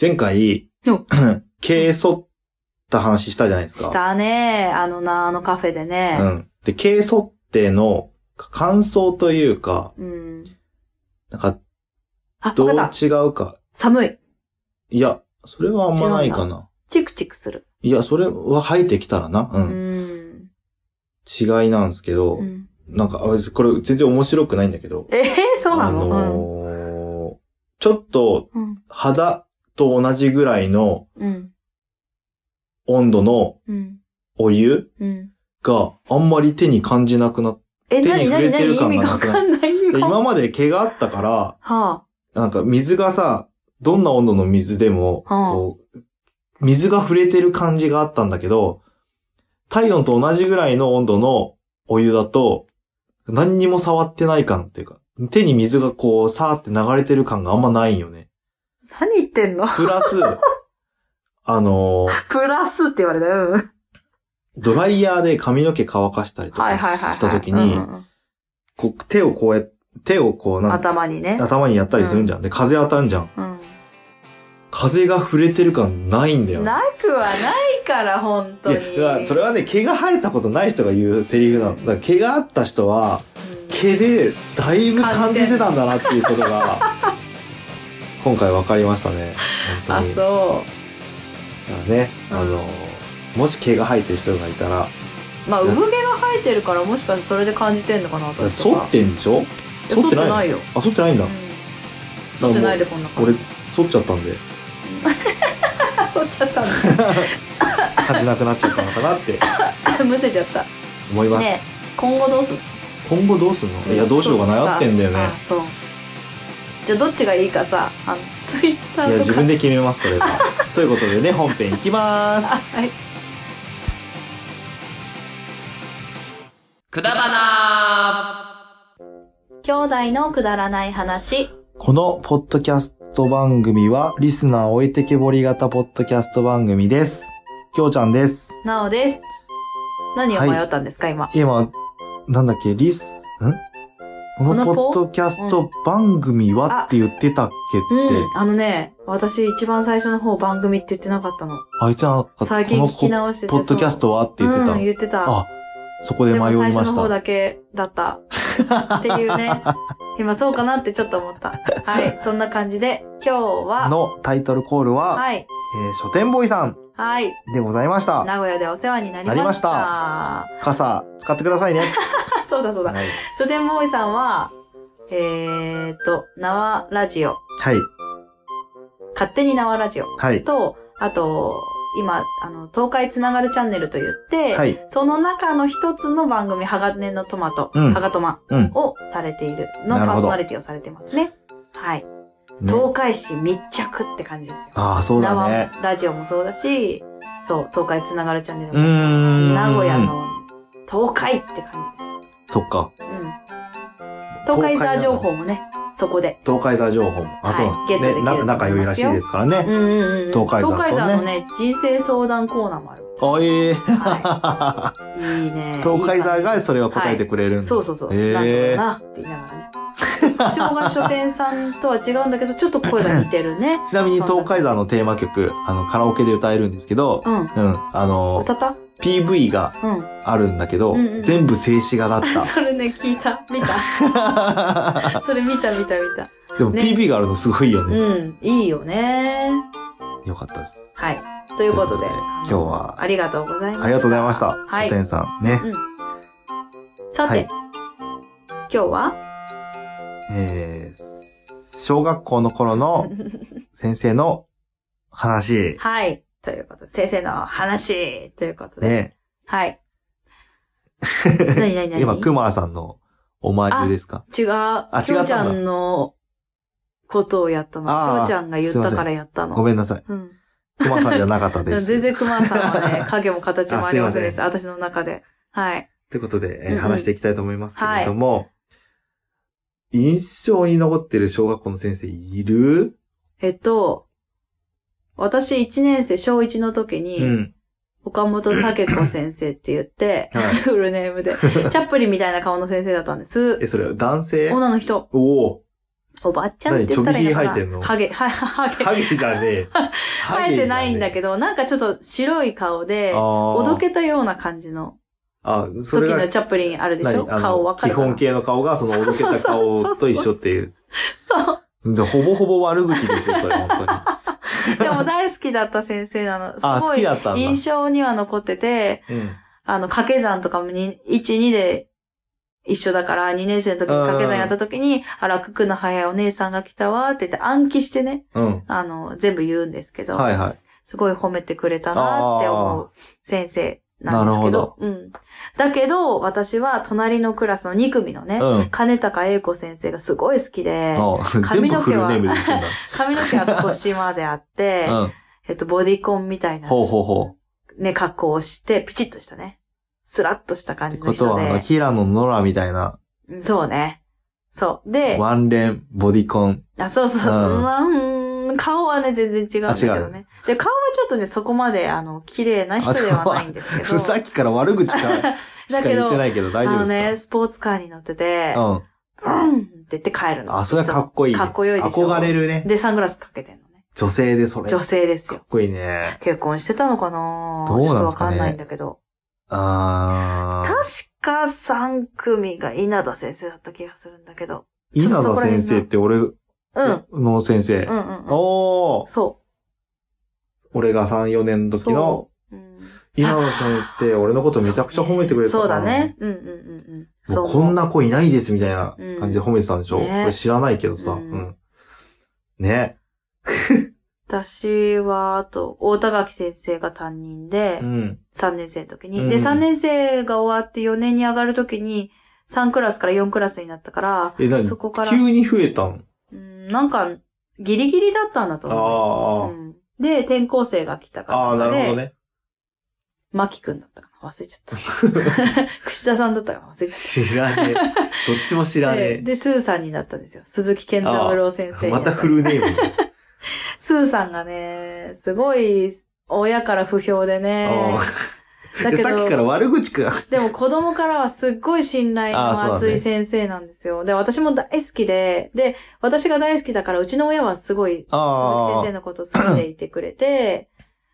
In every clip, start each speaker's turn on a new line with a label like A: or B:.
A: 前回
B: お、
A: 経営沿った話したじゃないですか。
B: したね。あのな、あのカフェで
A: う
B: ね。
A: ん。で、経営沿っての感想というか、
B: うん。
A: なんか、
B: あ、
A: どう
B: わかった。
A: 違うか。
B: 寒い。
A: いや、それはあんまないか
B: 違う
A: な。
B: チクチクする。
A: いや、それは生えてきたらな。う。
B: うんん。
A: 違いなんですけど、
B: うん
A: なんか、あ別にこれ全然面白くないんだけど、
B: えー、そうな
A: あ
B: のうん
A: のーちょっと
B: うん。
A: 肌と同じぐらいの
B: うん。
A: 温度の
B: うん。
A: お湯
B: うん。
A: があんまり手に感じなくな っ
B: え、
A: 手
B: なに
A: に
B: な
A: 触
B: に
A: れ
B: な
A: てる
B: に意
A: 感
B: 味
A: が
B: がわ
A: なくな
B: か
A: る
B: んない。意
A: で
B: 味がわかんない
A: 今まで毛があったから、
B: は
A: なんか水がさ、どんな温度の水でも、
B: うん
A: こう、水が触れてる感じがあったんだけど、体温と同じぐらいの温度のお湯だと、何にも触ってない感っていうか、手に水がこう、さーって流れてる感があんまないんよね。
B: あ。何言ってんの
A: プラス、あのー
B: プラスって言われたよ。うん。
A: ドライヤーで髪の毛乾かしたりと
B: はいはい
A: か
B: はいはい。
A: した時
B: うん
A: に
B: う、んうん
A: こう、手をこうやっ手をこうなんか、
B: 頭にね。
A: 頭にやったりするんじゃん。で、風当たるんじゃん。
B: うん。
A: 風が触れてる感ないんだよね。
B: なくはないから、本当
A: いや、
B: に。
A: それはね、毛が生えたことない人が言うセリフなの。だから毛があった人は、
B: うん
A: 毛でだいぶ感じてたんだなっていうこと が、今回分かりましたね。本
B: あ
A: 当に。、だか
B: そ
A: らね、
B: うん
A: あの、もし毛が生えてる人がいたら、
B: う。まあ、産毛が生えてるから、もしかしてそれで感じてんのかな、
A: 剃
B: 私とか。
A: ってんでしょ
B: いや
A: 剃ってない
B: 剃
A: の
B: ないよ。
A: あ、剃ってないんだ。
B: 剃ってない
A: だ
B: で、こんな
A: からもう俺
B: 感じ。、
A: 剃っちゃったんで、
B: 俺、剃っちゃったん
A: 感じなくなっちゃったのかなって
B: だ。 むせちゃった。
A: 思います。
B: ねえ今後どうす
A: 今後どうするのいや、どうしようか悩ってんだよね。
B: あそうじゃあどっちがいいかさあのツイッタ
A: いや、
B: ー
A: 自
B: とか
A: 分で決めます、それは。ということでね、本編いきまーす
B: あ。はい
C: くだばな
B: 兄弟のくだらない話
A: このポッドキャスト番組は、リスナー置いてけぼり型ポッドキャスト番組です。きょうちゃんです。
B: なおです何を迷ったんですか、今
A: 今、なんだっけ、リス、んこの
B: この
A: ポ
B: ポ
A: ッドキャスト番組はって言ってたっけって、
B: うんあのね私一番最初の方番組って言ってなかったの
A: あいつはなんか
B: 最
A: こ
B: 近
A: の
B: 聞き
A: ポ
B: 直してて
A: ポッドキャス
B: っ
A: トはって言ってた。
B: うん、言ってた
A: あ、そこで
B: で
A: 迷い
B: も
A: ま
B: 最初
A: し
B: の方
A: た。
B: だけだったっていうね 今そうかなってちょっと思ったはいそんな感じで今日は
A: のタイトルコールは、
B: はい
A: えー書店ボーイさん
B: はい
A: でございました。
B: 名古屋でお世話になりま
A: なりまし
B: した
A: 傘、使ってくださいね。
B: そう だそうだ
A: はい。
B: 書店ボーイさんは、えーっと、縄ラジオ、
A: はい。
B: 勝手に縄ラジオ
A: はい。
B: と、あと、今、あの、東海つながるチャンネルと言って、
A: はい。
B: その中の一つの番組、鋼のトマト、
A: うん
B: ハガトマ
A: うん
B: をされている、の
A: なる
B: パ
A: ほど
B: ーソナリティをされてますね。はい。
A: ね
B: 東海市密着って感じですよ。
A: ああ、そうだね。
B: 縄ラジオもそうだし、そう、東海つながるチャンネ
A: う
B: ル
A: ー
B: も、
A: ん。
B: 名古屋。の東海って感じ
A: そっか。
B: です。うん。東海座情報もね、そこで。
A: 東海座情報も。あ、そう
B: はいゲットでき
A: ね。
B: る
A: な仲良いらしいですから
B: うん
A: ね。
B: うんうん、
A: 東海山とね
B: 東山のね、人生相談コーナーもある。
A: あ、ええ。
B: はい、いい ね。
A: 東海座が
B: いい感
A: それを答えてくれるん
B: じ
A: だ
B: そうそうそう。なん
A: え
B: と
A: え。
B: かなって言いながらね。口調が書店さんとは違うんだけど、ちょっと声が似てるね。
A: ちなみに東海座のテーマ曲、あの、カラオケで歌えるんですけど
B: う、ん。
A: うん。あの、
B: 歌った
A: PV が
B: う
A: あるんだけど
B: うんう、ん
A: 全部静止画だっ
B: ん。 それね、聞いた。見た。
A: た。
B: それ見た見た見た。
A: でも
B: ね
A: PV があるのすごいよね。
B: うん。いいよね。
A: よかったです。
B: はい。というこ
A: というこ
B: とで、
A: とで
B: あの
A: 今日は
B: ありがとうございました。
A: ありがとうございました。
B: はい
A: 書。店さん。ね。
B: さて、
A: はい
B: 今日は
A: えー小学校の頃の先生の話。
B: はい。ということで、先生の話ということで。
A: ね。
B: はい。何何何
A: 今、クマさんのオマージュですか
B: 違う。
A: あ
B: あ、
A: 違ったんだ
B: ちゃんのことをやったの。き
A: あー
B: ょうちゃんが言ったからやったの。
A: ごめんなさい。
B: うん。
A: クマさんじゃなかったで
B: 全
A: す。
B: 然熊さんは ね、影も形もありませんでした。
A: あ
B: 私の中で。はい。
A: ということで、えー
B: うんうん
A: 話していきたいと思いますけれども、印象に残ってる小学校の先生いる
B: えっと、私1年生、小1の時に、
A: うん。
B: 岡本武子先生って 言って、
A: はい。
B: フルネームで、チャップリンみたいな顔の先生だったんで す。
A: え、それは男性
B: 女の人。
A: おお
B: おばあちゃんって言ったらいいのかな
A: 何ちょびひげ生えてんの
B: ハゲ、は、はハゲ。
A: ハゲじゃねえ。ハ
B: 生えてないんだ
A: ど。
B: けど、なんかちょっと白い顔で、お
A: お
B: どけたような感じの
A: あ、それ
B: 時
A: が
B: のチャップリンあるでしょ
A: 何あの
B: 顔わかる
A: 基
B: かな
A: 本形の顔がそのおどけた顔と一緒っていう。
B: そう。
A: でほぼほぼ悪口ですよ、それ、本 当に。
B: でも大好きだった先生なの。
A: あ、
B: す
A: 好
B: ご
A: き
B: い
A: だったんだ。
B: 印象には残ってて、
A: うん。
B: あの、掛け算とかもに1、2で一緒だから、2年生の時に掛け算やった時に、あら、くくの早いお姉さんが来たわって言って暗記してね、
A: うん。
B: あの、全部言うんですけど、
A: はいはい。
B: すごい褒めてくれたなって思う先生なんですけど。うん。だけど、私は隣のクラスの2組のね、
A: うん
B: 金高英子先生がすごい好きで、
A: あ全
B: 髪
A: 部
B: の
A: フ
B: 毛
A: ル
B: は
A: ネームで言 ってん
B: 髪の毛は腰まであって、
A: だ。うん。
B: えっと、ボディコンみたいな、
A: ほうほうほう。
B: ね、格好をして、ピチッとしたね、スラッとした
A: っ
B: 感
A: て
B: じの
A: こと
B: 人
A: は、あの
B: で、
A: 平野ノラみたいな、
B: うんそうね。そう。で、
A: ワンレン、ボディコン。
B: あそうそう、
A: うん
B: うんうん顔はね、全然違うんだけ
A: あ違
B: ど
A: う
B: ね。で、顔はちょっとね、そこまで、あの、綺麗な人ではないんですけど。
A: さっきから悪口かしか
B: だけど
A: 言ってないけど大丈夫で
B: あの
A: すか
B: ね、スポーツカーに乗ってて、
A: うん。
B: うんって言って帰るの。
A: あ、それはかっこいいね。
B: かっこよいでしょ
A: 憧れるね。
B: で、サングラスかけてんのね。
A: 女性でそれ。
B: 女
A: か
B: 性ですよ
A: っ。こいいね。
B: 結婚してたのかな
A: どうなんですかね
B: ちょっとわかんないんだけど。
A: あ
B: 確か3組が稲田先生だった気がするんだけど。
A: ー。
B: ちょっ
A: 稲
B: と
A: 田
B: そこら辺の
A: 先生って俺
B: うん。うん
A: の先生。
B: うんうん。
A: おー。
B: そ
A: 俺が3、4年の
B: う。
A: 時の
B: そう。うん
A: 稲田先生、俺のことめちゃくちゃ褒めてくれてた
B: そう
A: から
B: だね。。うんうんうんうん。
A: もう
B: そう
A: こんな子いないですみたいな感じで褒めてたんでしょ、
B: うんね
A: 俺知らないけどさ。う。
B: うんん
A: ね。
B: 私は、あと、大田垣先生が担任で
A: う、ん。
B: 3年生の時に。
A: うん
B: で、3年生が終わって4年に上がる時に、3クラスから4クラスになったから、
A: え、何
B: そこから、
A: 急に増えたん
B: うんなんか、ギリギリだったんだと
A: あ
B: 思う。
A: あ、ああ
B: うんで、転校生が来たから。
A: ああ、なるほど
B: で。
A: ね。
B: マキ君だったか な忘れちゃった。串田さんだったかな忘れちゃっ
A: 知らねえ。どっちも知
B: た。
A: ら
B: で、
A: ね
B: でスーさんになったんですよ。鈴木健三郎先
A: え。
B: 生にな
A: ま
B: った
A: たフルネーム。
B: スーさんがね、すごい、親から不評でね
A: あ。あ
B: だ
A: で
B: け
A: さっきから
B: ど、
A: 悪口か。
B: でも子供からはすっごい信頼
A: あーそう
B: の
A: だね
B: 厚い先生なんですよ。で、私も大好きで、で、私が大好きだから、うちの親はすごい鈴木
A: あ
B: 先生のこと好きでいてくれて、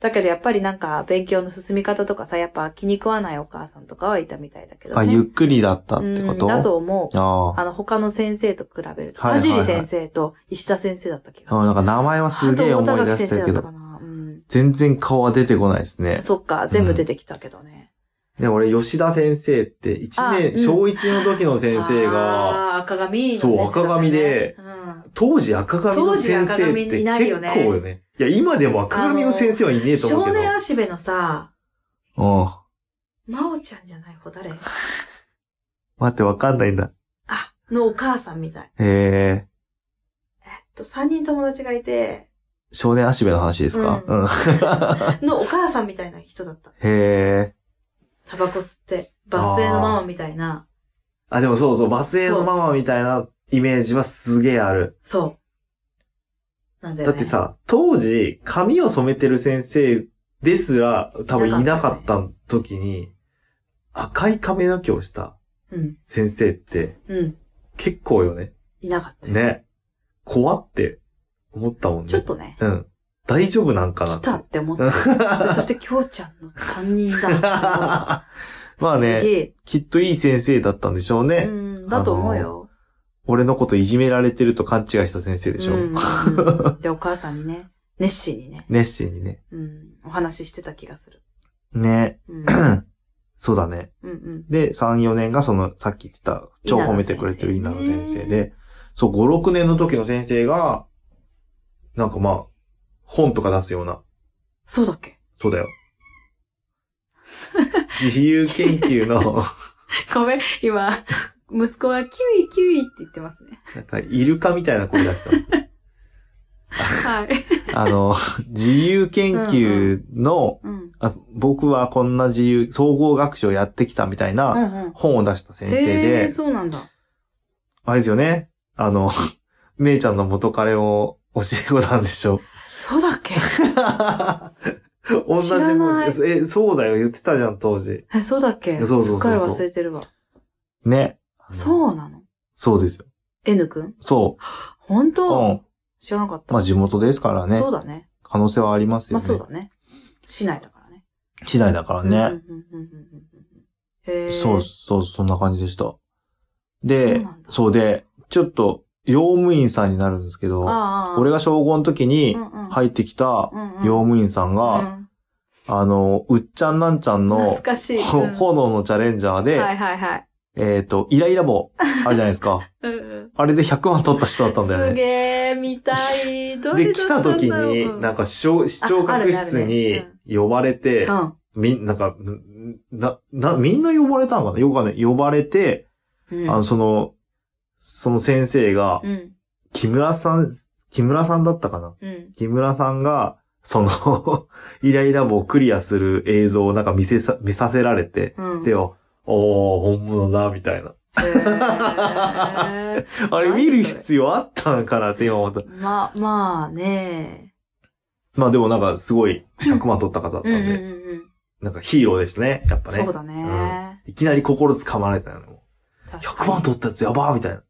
B: だけどやっぱりなんか勉強の進み方とかさ、やっぱ気に食わないお母さんとかはいたみたいだけど、
A: あ。
B: ね。
A: あ、ゆっくりだったってこと
B: うんだと思う。
A: ああ。
B: あの、他の先生と比べると、
A: はいは
B: 田
A: いはい
B: 尻先生と石田先生だった気がす
A: あ
B: る。
A: なんか名前はすげえ思い出してるけ
B: あと大田垣先生だっ
A: ど、
B: たかな。うん。
A: 全然顔は出てこないですね。
B: そっか、全部出てきたけどね。
A: で、俺、吉田先生って、一
B: あ
A: 年、
B: うん
A: 小一の時の先生が、
B: あー、赤髪の先生だったね
A: そう赤髪で
B: うん
A: 当時赤髪の先
B: 当時赤
A: 生っ
B: 髪
A: て
B: いない
A: 結
B: よ
A: 構
B: ね
A: よね。いや、今でも赤髪の先生はいねえと思う
B: 少
A: けど。
B: 年足部のさ、
A: うん。
B: 真央ちゃんじゃない方誰
A: 待って、わかんないんだ。
B: あ、のお母さんみたい。
A: え
B: えっと、三人友達がいて、
A: ー、少年足部の話ですか
B: うん
A: うん。
B: のお母さんみたいな人だった。
A: へー。
B: タバコ吸って、バス停のママみたいな。
A: あ、でもそうそう、バスへのママみたいなイメージはすげえある。
B: そう。なんだよ、
A: だ
B: ね。
A: って、さ、当時、髪を染めてる先生ですら、多分いなかった時に、赤い髪の毛をした
B: うん、
A: 先生って、
B: うん、
A: 結構よね。
B: いなかったよ。
A: ね。怖って思ったもんね。
B: ちょっ。とね、
A: うん。大丈夫なんかな
B: 来
A: って
B: たって思っ た。でそして、きょうちゃんの担任だって思った。
A: まあ
B: す
A: ね、
B: げえ
A: きっといい先生だったんでしょうね。
B: うん、だと思うよ。
A: 俺のこといじめられてると勘違いした先生でしょ。
B: うんうん うんで、お母さんにね、熱心にね、
A: 熱心にね。
B: うん、お話ししてた気がする。
A: ね。
B: うん、
A: そうだね。
B: うん、うん。
A: で、3、4年がその、さっき言ってた、超褒めてくれてる稲
B: 稲
A: 野
B: 田
A: 先
B: 先生
A: 生で、そう、5、6年の時の先生が、なんかまあ、本とか出すような、
B: そうだっけ
A: そう だよ。自由研究の、
B: ごめん、今、息子がキウイキウイって言ってますね。
A: なんか、イルカみたいな声出したんです
B: はい。
A: あの、 自由研究の、
B: うん。
A: あ僕はこんな自由、総合学習をやってきたみたいな
B: うんうん。
A: 本を出した先生
B: へえ、
A: で、
B: そうなんだ。
A: あれですよね。あの、 姉ちゃんの元彼を教え子なんでし ょ。
B: そうだっけ
A: 同じもん
B: 知
A: です。え、そうだよ、言ってたじゃん、当時。
B: え、そうだっけ
A: そうそうそうそう
B: すっかり忘れてるわ。
A: ね。
B: そうなの
A: そうですよ。
B: ?N くん
A: そ
B: ほ本
A: う
B: 当、
A: ん。
B: 知らなかった。
A: まあ地元ですからね
B: そ。うだね。
A: 可能性はありますよね。
B: まあそうだね。市内だからね。
A: 市内だからね。
B: うんうんうんうんうんうんうん。へえ。
A: そうそう、そんな感じでした。
B: そ
A: で
B: うなん、だ
A: そうで、ちょっと、用務員さんになるんですけど、
B: ああ。
A: 俺が小5の時に
B: 入
A: 入ってきた
B: っ
A: 用務員さんが、あの、うっちゃんなんちゃんの
B: 懐、かしい。
A: ほ
B: う ん
A: 炎のチャレンジャーで、
B: はいはいはい。
A: えっ、と、イライラ棒、あるじゃないですか。
B: うんうん
A: あれで100万取った人だったんだよ
B: す
A: ね。
B: げえ、見たい。どれ
A: で、
B: だ
A: 来た時に、なん
B: か、
A: か視聴、視聴
B: ああ
A: 覚
B: るねあるね
A: 室に呼ばれて、
B: うん
A: みん、なんか、んな、な、みんな呼ばれたのかなよくわかんない。呼ばれて、
B: うん。
A: あの、その、その先生が、
B: うん。
A: 木村さん、木村さんだったかな
B: うん。
A: 木村さんが、その、 イライラ棒をクリアする映像をなんか見せさ、見させられて、
B: うん。
A: で、おおー、本物だ、みたいな。
B: へー
A: あれ
B: 何
A: 見る
B: それ
A: 必要あったんかなって今思った。
B: ま、まあね。
A: まあでもなんかすごい100万取った方だった
B: うんん
A: で、
B: うんうんうん。
A: なんかヒーローでしたね、やっぱね。
B: そうだね。
A: いきなり心掴まれたよね。
B: 確
A: 100
B: かに
A: 万取ったやつやばーみたいな。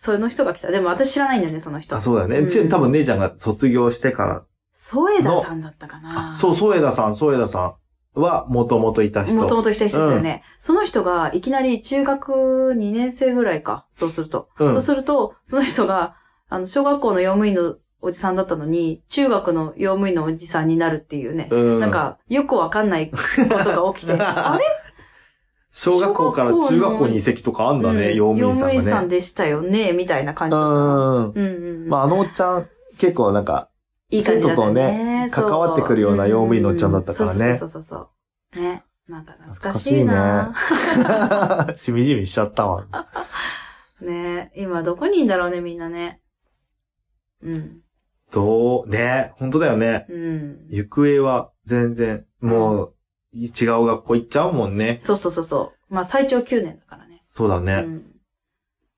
B: その人が来た。でも私知らないんだよね、その人
A: あ、。そうだよね。うち、
B: うん
A: 多分姉ちゃんが卒業してから。
B: ソエダさんだったか
A: あ
B: な。
A: そう、添田さん、添田さんはもともといた人。
B: もともといた人ですよね。その人が、いきなり中学2年生ぐらいか。そうすると。
A: うん
B: そうすると、その人が、あの、小学校の用務員のおじさんだったのに、中学の用務員のおじさんになるっていうね。
A: うん。
B: なんか、よくわかんないことが起きて。 あれ
A: 小学校から中学校に移籍とかあんだね、用務員さん
B: 用務員さ
A: が
B: ん
A: ね。
B: でしたよね、みたいな感
A: う
B: じ。
A: ん。
B: うんうんうん。
A: まあ、あのおっちゃん、結構なんか、
B: いい感じだったね。
A: 生徒とね
B: そう
A: 関わってくるような用務員のおっちゃんだったからね
B: そうそうそうそうそう。ね。なんか懐かしいな。
A: しみじみしちゃったわ。
B: ね今どこにいんだろうね、みんなね。うん。
A: どう、ね、本当だよね。
B: うん。
A: 行方は全然、もう、違う学校行っちゃうもんね。
B: そうそうそうそう。まあ最長9年だからね。
A: そうだ
B: う
A: ね。
B: ん。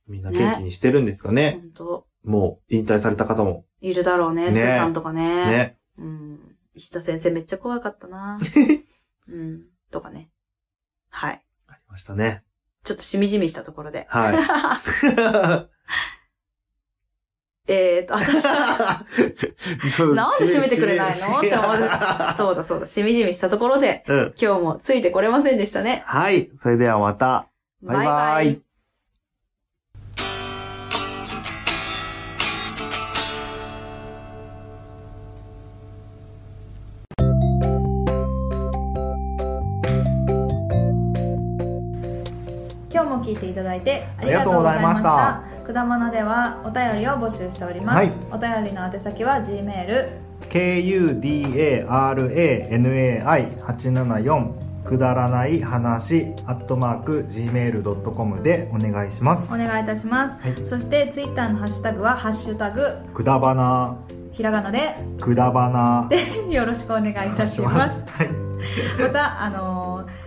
A: みんな元気にしてるんですかね。
B: 本当
A: もう、引退された方も、
B: いるだろうね、
A: ね
B: スーさんとかね。
A: ね。
B: うん。石田先生めっちゃ怖かっ たな。うん。とかね。はい。
A: ありましたね。
B: ちょっとしみじみしたところで。
A: はい。
B: えーと、 私は、なんで締めてくれない のって 思
A: う。
B: そうだそうだ、しみじみしたところで、
A: うん。
B: 今日もついてこれませんでしたね。
A: はい。それではまた。バイバイ
D: 今日も聞いていただいてあ
A: り
D: り
A: が
D: が
A: と
D: と
A: う
D: う
A: ご
D: ご
A: ざ
D: ざ
A: い
D: い
A: ま
D: ま
A: し
D: したたくだまなではお便りを募集しております、
A: はい
D: お便りの宛先は G メール
A: kudaranai874 くだらない話アットマーク gmail.com でお願いします
D: お願いいたします、
A: はい
D: そしてツイッターのハッシュタグは「ハッシュタグ
A: くだばな
D: ひらがなで
A: くだばな」
D: でよろしくお願いいたします
A: はい
D: またあのー